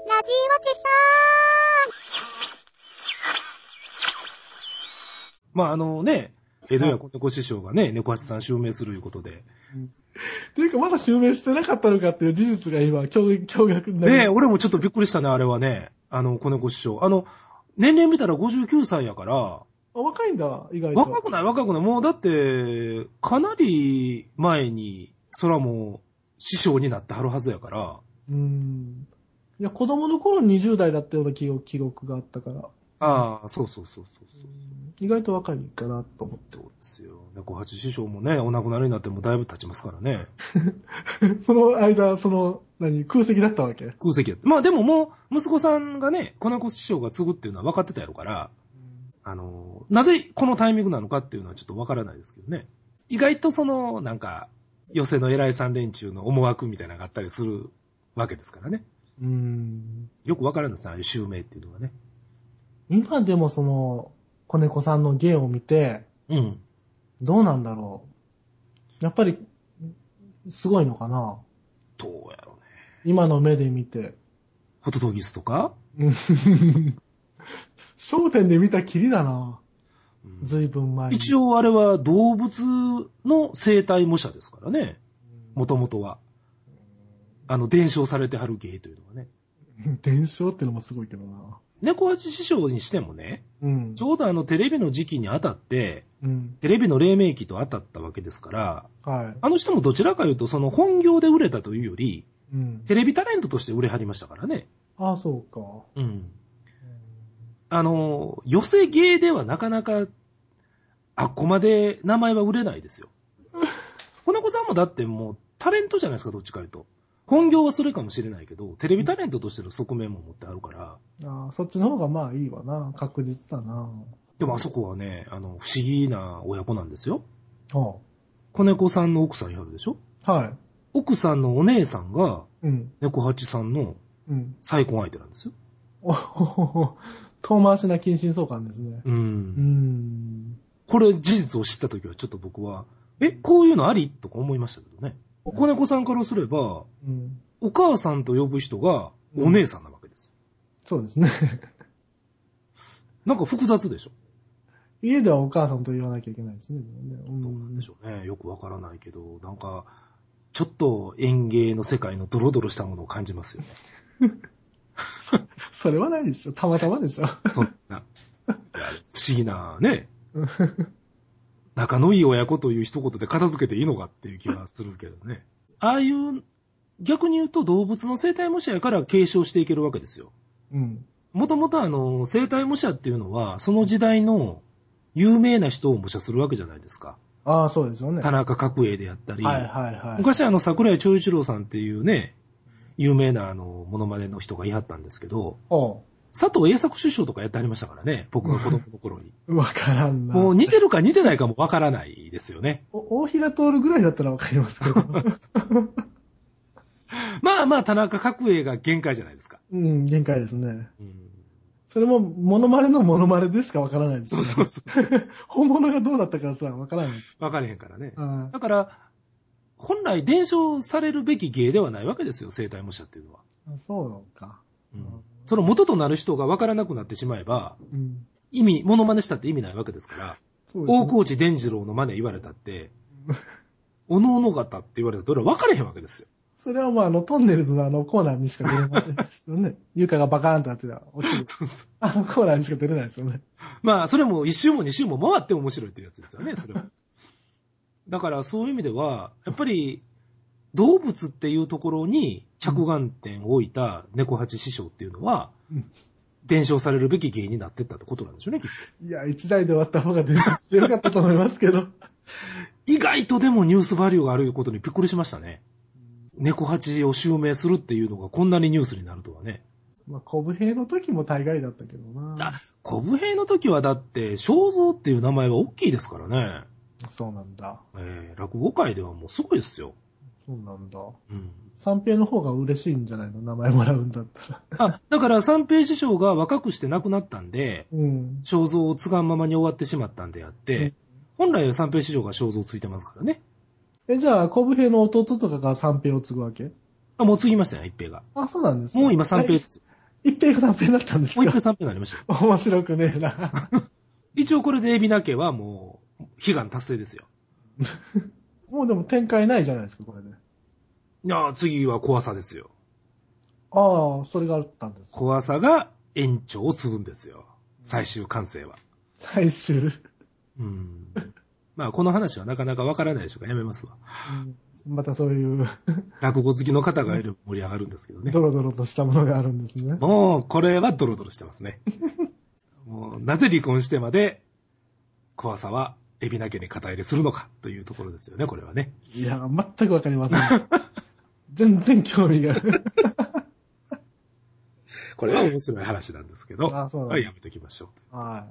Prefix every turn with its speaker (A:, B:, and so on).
A: ちさ
B: まあ、あのね、江戸屋子猫師匠がね、猫八さん襲名するいうことで。
C: というか、まだ襲名してなかったのかっていう事実が今、驚驚愕になりま
B: ね
C: した
B: 俺もちょっとびっくりしたね、あれはね。あの、子猫師匠。あの、年齢見たら59歳やから、
C: あ若いんだ、意外と。
B: 若くない若くない。もうだって、かなり前に、そらもう、師匠になってはるはずやから。
C: うん。いや、子供の頃20代だったような記憶記憶があったから、
B: ああ、そうそうそうそうそう。
C: 意外と若いかなと思っ
B: そうですよ。猫八師匠もね、お亡くなりになってもだいぶ経ちますからね。
C: て。その間、その、何、空席だったわけ
B: 空席やって。まあでももう、息子さんがね、子猫師匠が継ぐっていうのは分かってたやろから、あの、なぜこのタイミングなのかっていうのはちょっと分からないですけどね。意外とその、なんか、寄席の偉い三連中の思惑みたいなのがあったりするわけですからね。
C: うん。
B: よく分からないですね、ああいう襲名っていうのはね。
C: 今でもその、子猫さんの芸を見て、
B: うん。
C: どうなんだろう。やっぱり、すごいのかな
B: どうやろうね。
C: 今の目で見て。
B: ホトトギスとか、
C: 焦点で見たきりだな。
B: うん
C: ずいぶん前に。
B: 一応あれは動物の生態模写ですからね。もともとは。あの、伝承されてはる芸というのはね。
C: 伝承ってのもすごいけどな。
B: 猫八師匠にしてもね、
C: うん
B: ち。ょうどあのテレビの時期に当たって、
C: うん。
B: テレビの黎明期と当たったわけですから、
C: は
B: あの人もどちらかいうと、その本業で売れたというより、
C: い。うん。
B: テレビタレントとして売れはりましたからね。
C: ああ、そうか。
B: うん。あの、寄せ芸ではなかなか、あっこまで名前は売れないですよ。この子さんもだってもうタレントじゃないですか、どっちかいうと。本業はそれかもしれないけど、テレビタレントとしての側面も持ってあるから、
C: ああ、そっちの方がまあいいわな。確実だな。
B: でもあそこはね、あの、不思議な親子なんですよ。
C: あ
B: 子猫さんの奥さんやるでしょ
C: あ。はい。
B: 奥さんのお姉さんが、
C: うん。
B: 猫八さんの
C: うん。
B: 再婚相手なんですよ。
C: おほほほ。遠回しな近親相関ですね。
B: う。
C: うんん。
B: これ事実を知った時はちょっと僕は、え、こういうのありとか思いましたけどね。子猫さんからすれば、
C: うん。
B: お母さんと呼ぶ人がお姉さんなわけです。
C: そうですね。
B: なんか複雑でしょ。
C: 家ではお母さんと言わなきゃいけないですね。でもねうん、
B: どうなんでしょうね。よくわからないけど、なんか、ちょっと園芸の世界のドロドロしたものを感じます よね。
C: それはないでしょ。たまたまでしょ。
B: そんな、いや不思議なね、仲のいい親子という一言で片付けていいのかっていう気がするけどね。ああいう、逆に言うと動物の生態模写やから継承していけるわけですよ。
C: うん。
B: もともとあの、生態模写っていうのは、その時代の有名な人を模写するわけじゃないですか。
C: ああ、そうですよね。
B: 田
C: はい
B: 中角栄であったり、
C: はいはい。
B: 昔あの、桜井長一郎さんっていうね、有名なあの、モノマネの人が言いはったんですけど、
C: おう
B: 佐藤栄作首相とかやってありましたからね、僕が子供の頃に。
C: わからんな。
B: もう似てるか似てないかもわからないですよね。
C: お大平通るぐらいだったらわかりますけ ど。
B: まあまあ、田中角栄が限界じゃないですか。
C: うん、限界ですね。
B: うん、
C: それも、モノマネのモノマネでしかわからないです、
B: そうそうそう。
C: 本物がどうだったかさ、わからないです。
B: わかれへんからね。
C: あ
B: だから、本来伝承されるべき芸ではないわけですよ、生体模写っていうのは。
C: あそうか。
B: うん、その元となる人がわからなくなってしまえば、
C: うん。
B: 意味、モノマネしたって意味ないわけですから、
C: そうです
B: 大
C: ね
B: 河内伝次郎の真似言われたって、おのおの方って言われたら、俺は分かれへんわけですよ。
C: それはまあ、あの、トンネルズのあのコーナーにしか出れませんですよね。 床がバカーンとなってたら落ちる。あのコーナーにしか出れないですよね。
B: まあ、それも一周も二周も回って面白いっていうやつですよね、そ れは。だから、そういう意味では、やっぱり、動物っていうところに着眼点を置いた猫八師匠っていうのは
C: うん、
B: 伝承されるべき芸になってったってことなんでしょうね、きっと。
C: いや、一台で終わった方が伝説強かったと思いますけど。
B: 意外とでもニュースバリューがあるいうことにびっくりしましたね。猫八を襲名するっていうのがこんなにニュースになるとはね。
C: まあ、コブ兵の時も大概だったけど
B: あ
C: な。、
B: コブ兵の時はだって、肖像っていう名前は大きいですからね。
C: そうなんだ。
B: えー落語界ではもうすごいですよ。
C: そうなんだ。
B: うん。
C: 三平の方が嬉しいんじゃないの名前もらうんだったら。
B: あ、だから三平師匠が若くして亡くなったんで、
C: うん。
B: 肖像を継がんままに終わってしまったんであって、
C: うん
B: 本来は三平師匠が肖像をついてますからね。
C: え、じゃあ、コブ兵の弟とかが三平を継ぐわけ
B: あもう継ぎましたよ、一平が。
C: あ、そうなんですか
B: もう今三平
C: え
B: ですよ。
C: 一平三平だったんです
B: もう一
C: か
B: 回三平になりましたよ。
C: 面白くねえ な。
B: 一応これで海老名家はもう、悲願達成ですよ。
C: もうでも展開ないじゃないですか、これね。
B: いやー次は怖さですよ。
C: ああ、それがあったんです。
B: 怖さが延長を継ぐんですよ。最終完成は。
C: 最終。
B: うん。まあ、この話はなかなかわからないでしょうからやめますわ。
C: またそういう、
B: 落語好きの方がいる盛り上がるんですけどね
C: ド。ロドロとしたものがあるんです ね。
B: もう、これはドロドロしてますね。もう、なぜ離婚してまで、怖さは、エビナ家に肩入れするのかというところですよね、これはね。
C: いや、全くわかりま せん。全然興味が。
B: これは面白い話なんですけど、
C: あそうなんだ
B: はいやめときましょう。
C: は